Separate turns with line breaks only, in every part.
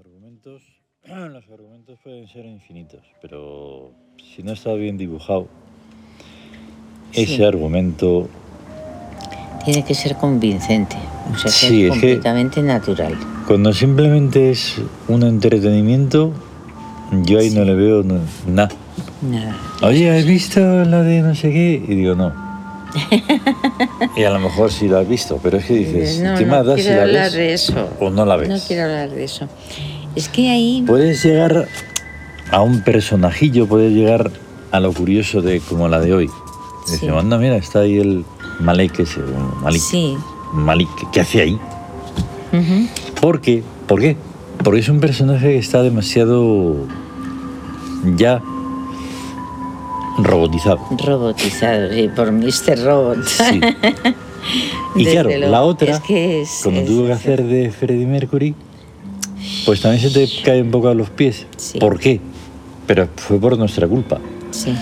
argumentos, los argumentos pueden ser infinitos, pero si no está bien dibujado, ese
Sí.
argumento
Tiene que ser convincente, o sea, ser
Sí, es que-
completamente natural.
Cuando simplemente es un entretenimiento, yo ahí no le veo no- nada.
Nada.
Oye, ¿has visto la de no sé qué? Y digo, no. y a lo mejor sí la has visto, pero es que dices,
no,
¿qué
no
más da si
quiero
la
hablar
ves
de eso.
o no la ves?
No quiero hablar de eso. Es que ahí
Puedes llegar a un personajillo, puedes llegar a lo curioso de como la de hoy. Dice,
Sí.
anda, mira, está ahí el Malek ese, bueno, Malik,
sí.
Malik, ¿qué hace ahí?
Ujú.
¿Por qué? ¿Por qué? Porque es un personaje que está demasiado ya robotizado.
Robotizado, sí, por Mr. Robot.
Sí. Y
Desde
claro,
luego.
la otra,
Es que es-
como
es-
tuvo que
es-
hacer de Freddie Mercury, pues también se te cae un poco a los pies.
Sí.
¿Por qué? Pero fue por nuestra culpa,
Sí.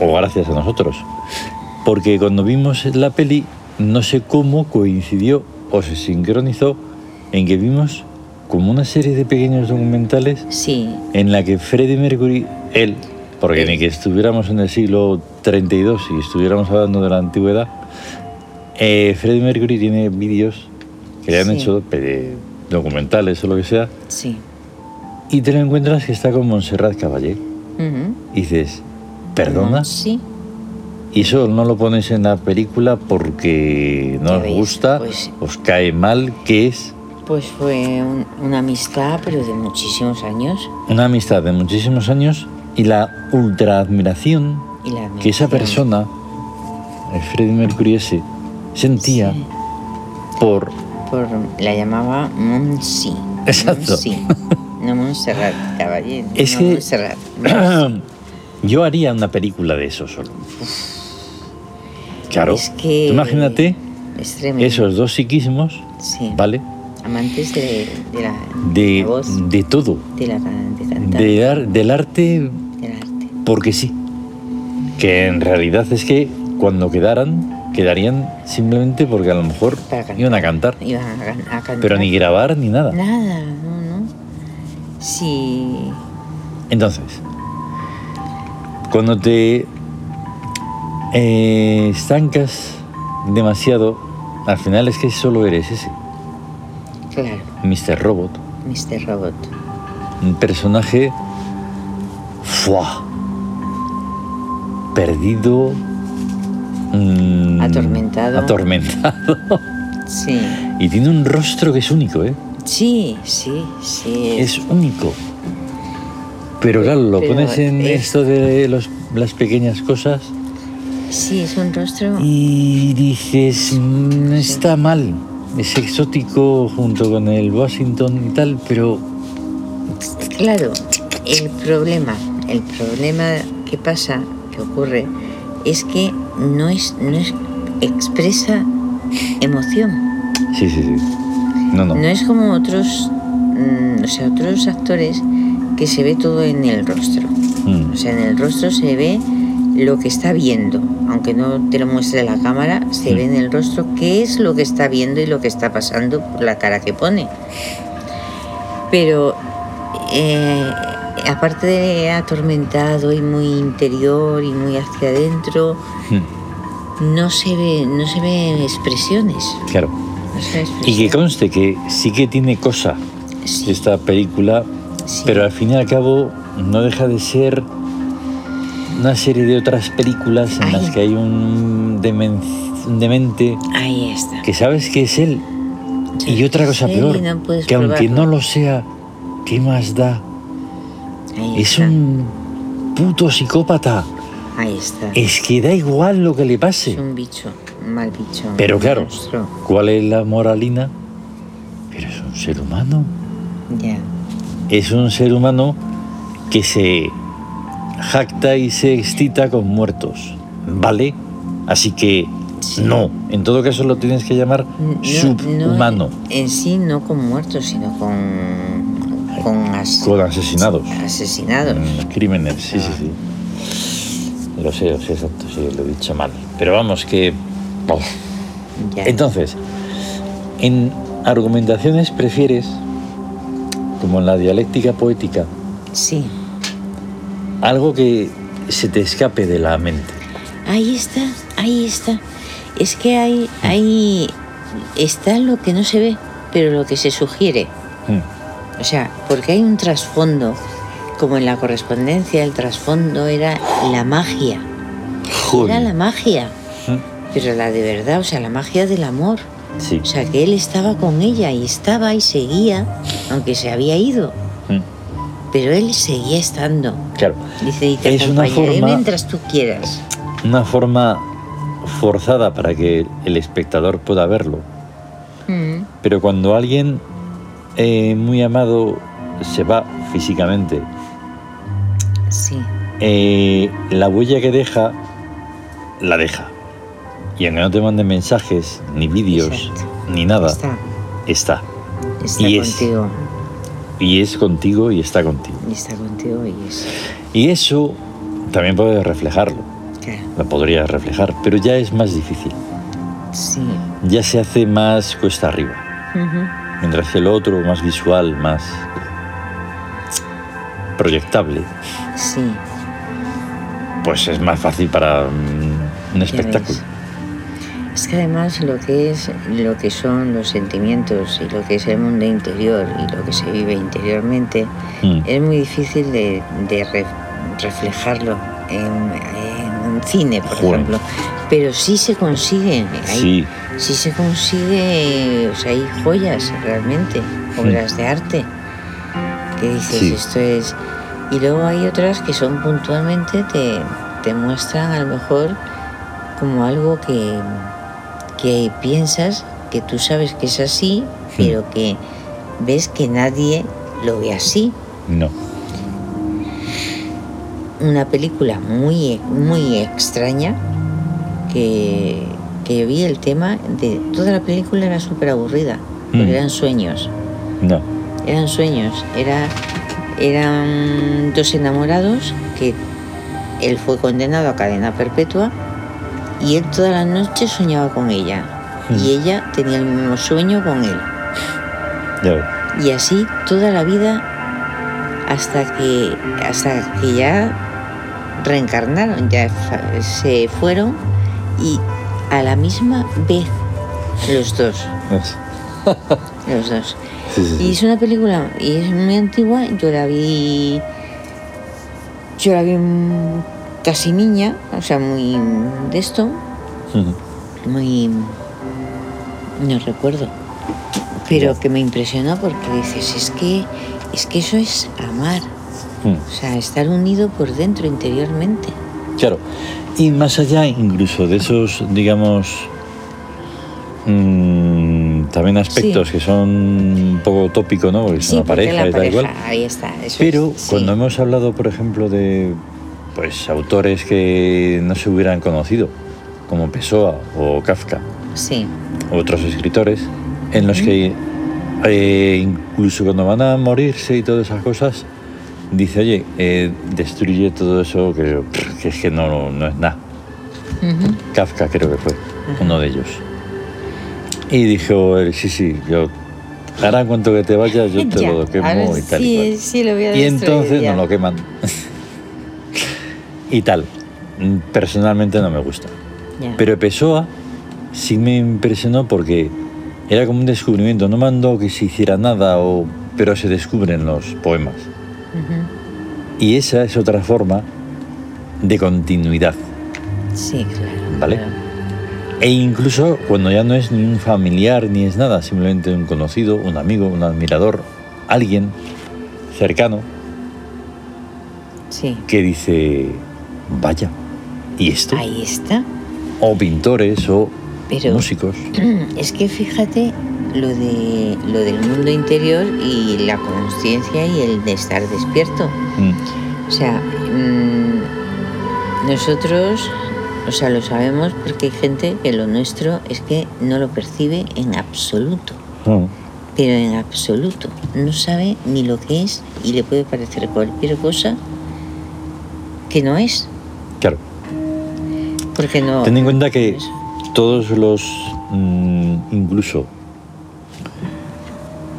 o gracias a nosotros. Porque cuando vimos la peli, no sé cómo coincidió o se sincronizó en que vimos como una serie de pequeños documentales
Sí,
en la que Freddie Mercury, él, porque ni que estuviéramos en el siglo 32 y estuviéramos hablando de la antigüedad, eh, Freddie Mercury tiene vídeos que le han
Sí.
hecho pe- documentales o lo que sea,
sí.
y te lo encuentras que está con Montserrat Caballé.
Ujú.
Y dices, ¿perdona?
Sí.
Y eso no lo pones en la película porque no
Ya
os
ves,
gusta,
pues-
os cae mal, que es
Pues fue un- una amistad, pero de muchísimos años.
una amistad de muchísimos años y la ultra admiración
Y la
que esa
admiración.
persona, el Freddie Mercury ese, sentía
Sí.
por...
Por, la llamaba Monsi.
Exacto.
Monsi. No Montserrat Caballé.
Es
no
que-
Montserrat. Monsi.
Yo haría una película de eso solo. Claro.
Es que. Mm.
Tú Imagínate
Es tremendo.
esos dos psiquismos,
Sí.
¿vale?
Amantes de, de la, de
De,
la voz,
de todo.
de la de cantar,
De ar- del arte
del arte.
porque sí. Que en realidad es que cuando quedaran, quedarían simplemente porque a lo mejor
Para cantar.
iban a cantar.
Iban a, gan- a cantar.
Pero ni grabar ni nada.
Nada, no, no. Sí.
Entonces, cuando te eh, estancas demasiado, al final es que solo eres ese,
Claro,
Mr. Robot,
Mr. Robot.
un personaje ¡fua! perdido, mm,
Atormentado.
atormentado,
Sí.
y tiene un rostro que es único, ¿eh?
Sí, sí, sí.
es único. Pero claro, lo
Pero
pones en
es-
esto de los- las pequeñas cosas.
Sí, es un rostro.
Y dices, "Mm, está mal. Es exótico junto con el Washington y tal, pero
Claro, el problema, el problema que pasa, que ocurre, es que no es, no es- expresa emoción.
sí, sí, sí. No, no.
No es como otros, mm, o sea, otros actores que se ve todo en el rostro.
Mm,
O sea, en el rostro se ve lo que está viendo, aunque no te lo muestre la cámara, se
Hmm.
ve en el rostro qué es lo que está viendo y lo que está pasando por la cara que pone. Pero eh, aparte de atormentado y muy interior y muy hacia adentro,
mm,
no se ve, no se ven expresiones.
Claro.
no se ven
Y que
expresiones.
conste que sí que tiene cosa
Sí,
esta película,
sí,
pero al fin y al cabo no deja de ser una serie de otras películas en las
Ay.
que hay un, demen- un demente
ahí está.
que sabes que es él. Y otra cosa
Pues Sí,
peor,
no puedes
que aunque
probarlo.
no lo sea, ¿qué más da?
Ahí
Es
está,
un puto psicópata.
Ahí está.
Es que da igual lo que le
Es
pase.
un bicho, un mal bicho.
Pero
un
claro.
monstruo.
¿Cuál es la moralina? Pero es un ser humano.
Ya,
Es un ser humano que se jacta y se excita con muertos. ¿Vale? Así que
Sí.
no. En todo caso lo tienes que llamar
No-
subhumano.
no, en sí, no con muertos, sino con. con, as-
Con asesinados.
asesinados.
Mm, Crímenes, sí, sí, sí. Lo sé, lo sé, exacto, sí, lo he dicho mal. Pero vamos, que... Uf.
Ya.
Mm. Entonces, en argumentaciones prefieres, como en la dialéctica poética,
Sí.
algo que se te escape de la mente.
Ahí está, ahí está. Es que hay, ahí está lo que no se ve, pero lo que se sugiere.
Mm.
O sea, porque hay un trasfondo, como en la correspondencia, el trasfondo era la magia. Era la magia,
Mm.
pero la de verdad, o sea, la magia del amor.
Sí.
O sea, que él estaba con ella y estaba y seguía, aunque se había ido,
Mm.
pero él seguía estando.
Claro.
Dice, y te
Es una
acompañaré
forma-
mientras tú quieras.
Una forma forzada para que el espectador pueda verlo.
Mm,
Pero cuando alguien eh, muy amado se va físicamente,
sí.
eh, la huella que deja, la deja. Y aunque no te manden mensajes, ni vídeos,
Exacto.
ni nada, está.
Está, está
Y es-
contigo.
Y es contigo y está contigo.
Y está contigo y es.
Y eso también puedes reflejarlo,
Claro,
lo podrías reflejar, pero ya es más difícil,
sí.
ya se hace más cuesta arriba.
Ujú.
Mientras que el otro, más visual, más proyectable,
Sí.
pues es más fácil para mm, un
Ya ves.
espectáculo.
Es que además lo que es lo que son los sentimientos y lo que es el mundo interior y lo que se vive interiormente
Mm,
es muy difícil de, de re- reflejarlo en, en un cine, por
Joder.
ejemplo. Pero sí se consigue. Hay-
Sí,
sí se consigue, o sea, hay joyas realmente, obras de arte, que dices,
Mm. Sí.
esto es... Y luego hay otras que son puntualmente, te, te muestran a lo mejor como algo que, que piensas, que tú sabes que es así, pero que ves que nadie lo ve así.
no.
Una película muy, muy extraña que, que yo vi el tema de toda la película era súper aburrida, porque
Mm.
eran sueños,
No,
eran sueños, era, eran dos enamorados que él fue condenado a cadena perpetua y él toda la noche soñaba con ella
Mm.
y ella tenía el mismo sueño con él.
ya ves.
Y así toda la vida hasta que, hasta que ya reencarnaron, ya fa- se fueron y a la misma vez los dos,
Es-
los dos.
Sí, sí,
Y
sí.
es una película, y es muy antigua, yo la vi, yo la vi mm, casi niña, o sea, muy de esto,
Ujú.
muy no recuerdo pero que me impresionó porque dices es que es que eso es amar
Mm.
o sea estar unido por dentro interiormente
Claro. Y más allá incluso de esos, digamos, mm, también aspectos que son un poco tópico, ¿no? Porque es una
porque
pareja
la
y tal
pareja,
igual.
ahí está eso
Pero
es, sí.
cuando hemos hablado, por ejemplo, de pues autores que no se hubieran conocido, como Pessoa o Kafka,
sí
u otros escritores, en los que eh, incluso cuando van a morirse y todas esas cosas, dice, oye, eh, destruye todo eso que, pff, que es que no, no es nada.
Ujú.
Kafka creo que fue, uno de ellos. Y dijo él, sí, sí, yo, ahora en cuanto que te vayas yo te
Ya,
lo
ahora
quemo y tal. y
sí,
cual".
sí lo voy a
Y
destruir
entonces
ya.
no lo queman. y tal. Mm, Personalmente no me gusta.
Ya.
Pero Pessoa sí me impresionó porque era como un descubrimiento. No mandó que se hiciera nada, o, pero se descubren los poemas.
Ujú.
Y esa es otra forma de continuidad.
sí claro
Vale.
claro.
E incluso cuando ya no es ni un familiar ni es nada, simplemente un conocido, un amigo, un admirador, alguien cercano
sí
que dice, vaya, ¿y esto?
ahí está
O pintores o
Pero-
músicos.
Es que fíjate lo de lo del mundo interior y la conciencia y el de estar despierto.
Mm,
O sea, mm, nosotros, o sea, lo sabemos porque hay gente que lo nuestro es que no lo percibe en absoluto,
mm,
pero en absoluto. No sabe ni lo que es y le puede parecer cualquier cosa que no es,
Claro.
porque no.
Ten en cuenta que todos los, mm, incluso,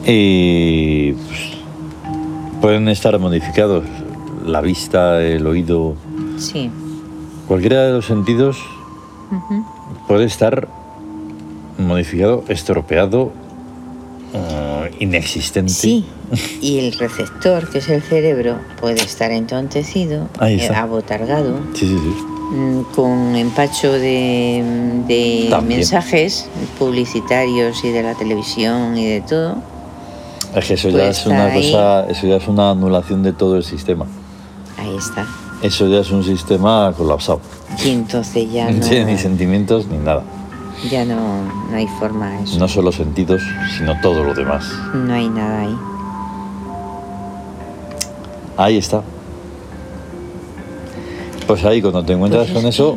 eh, pues, pueden estar modificados. La vista, el oído,
sí.
cualquiera de los sentidos
Ujú.
puede estar modificado, estropeado, eh, inexistente.
Sí, y el receptor, que es el cerebro, puede estar entontecido,
Ahí
eh,
está.
abotargado,
Sí, sí, sí.
mm, con empacho de, mm, de
También.
mensajes publicitarios y de la televisión y de todo.
Es que eso ya
Pues
es una
ahí-
cosa, eso ya es una anulación de todo el sistema.
Ahí está.
Eso ya es un sistema colapsado.
Y entonces ya
No
no,
tiene ni sentimientos ni nada.
ya no, no hay forma a eso.
No solo sentidos, sino todo lo demás.
No hay nada ahí.
Ahí está. Pues ahí cuando te encuentras
Pues es
con
que-
eso,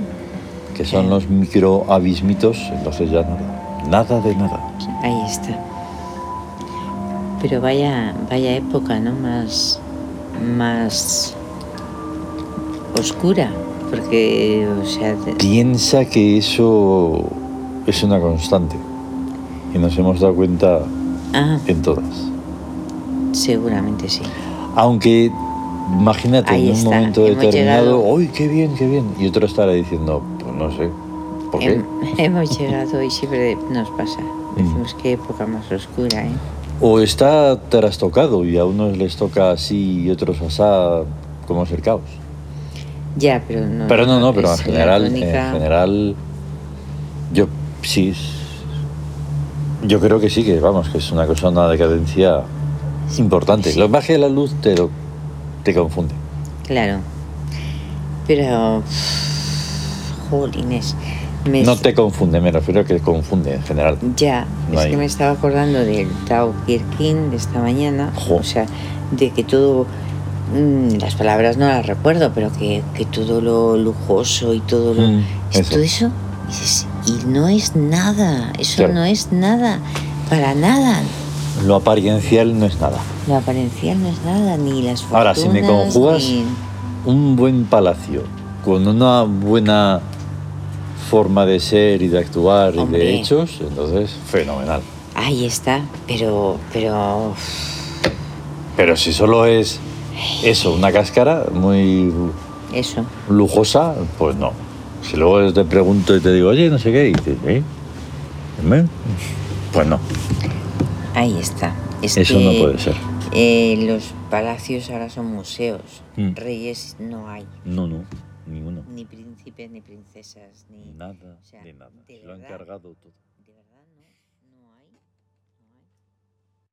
que son los microabismitos, entonces ya nada. Nada de nada.
Ahí está. Pero vaya, vaya época, ¿no? Más, más oscura, porque, o sea, de-
Piensa que eso es una constante. Y nos hemos dado cuenta
ah,
en todas.
seguramente sí.
Aunque imagínate
Ahí
en un
está,
momento
hemos
determinado,
llegado.
¡uy, qué bien, qué bien! Y otro estará diciendo, pues no sé, ¿por qué?
Hem- hemos llegado y siempre nos pasa.
Mm.
Decimos qué época más oscura, ¿eh?
O está trastocado y a unos les toca así y otros asá, como es el caos.
Ya, pero no.
Pero no, no, pero en
es Mm, la
general, en
tónica.
general, yo sí, es- yo creo que sí, que vamos, que es una cosa, una decadencia importante.
Sí.
Lo baje la luz te, lo, te confunde.
Claro. Pero. pff, Jolines. me-
No te confunde, me refiero a que confunde en general.
Ya,
No
es
hay.
que me estaba acordando del Tao Kirkin de esta mañana,
Jo.
o sea, de que todo, mm, las palabras no las recuerdo, pero que, que todo lo lujoso y todo lo...
Mm,
es
eso.
todo eso, dices, y no es nada, eso
Claro.
no es nada, para nada.
Lo apariencial no es nada.
Lo aparencial no es nada, ni las fortunas,
Ahora, si me conjugas-
ni-
Un buen palacio, con una buena forma de ser y de actuar y
Hombre.
de hechos, entonces fenomenal.
Ahí está, pero, pero...
Pero si solo es eso, una cáscara muy
Eso,
lujosa, pues no. Si luego te pregunto y te digo, oye, no sé qué, y dices, ¿eh? ¿Eh? Pues no,
ahí está. Es
eso no
que-
puede ser.
Eh, los palacios ahora son museos.
Mm.
Reyes no hay.
No, no, ninguno.
Ni príncipes, ni princesas, ni...
Nada,
o sea,
de nada.
de
Se lo han
verdad.
cargado todo.